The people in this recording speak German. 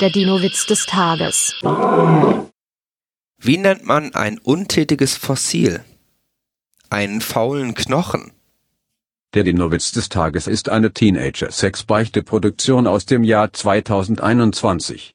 Der Dino-Witz des Tages. Wie nennt man ein untätiges Fossil? Einen faulen Knochen. Der Dinowitz des Tages ist eine Teenager-Sex-Beichte-Produktion aus dem Jahr 2021.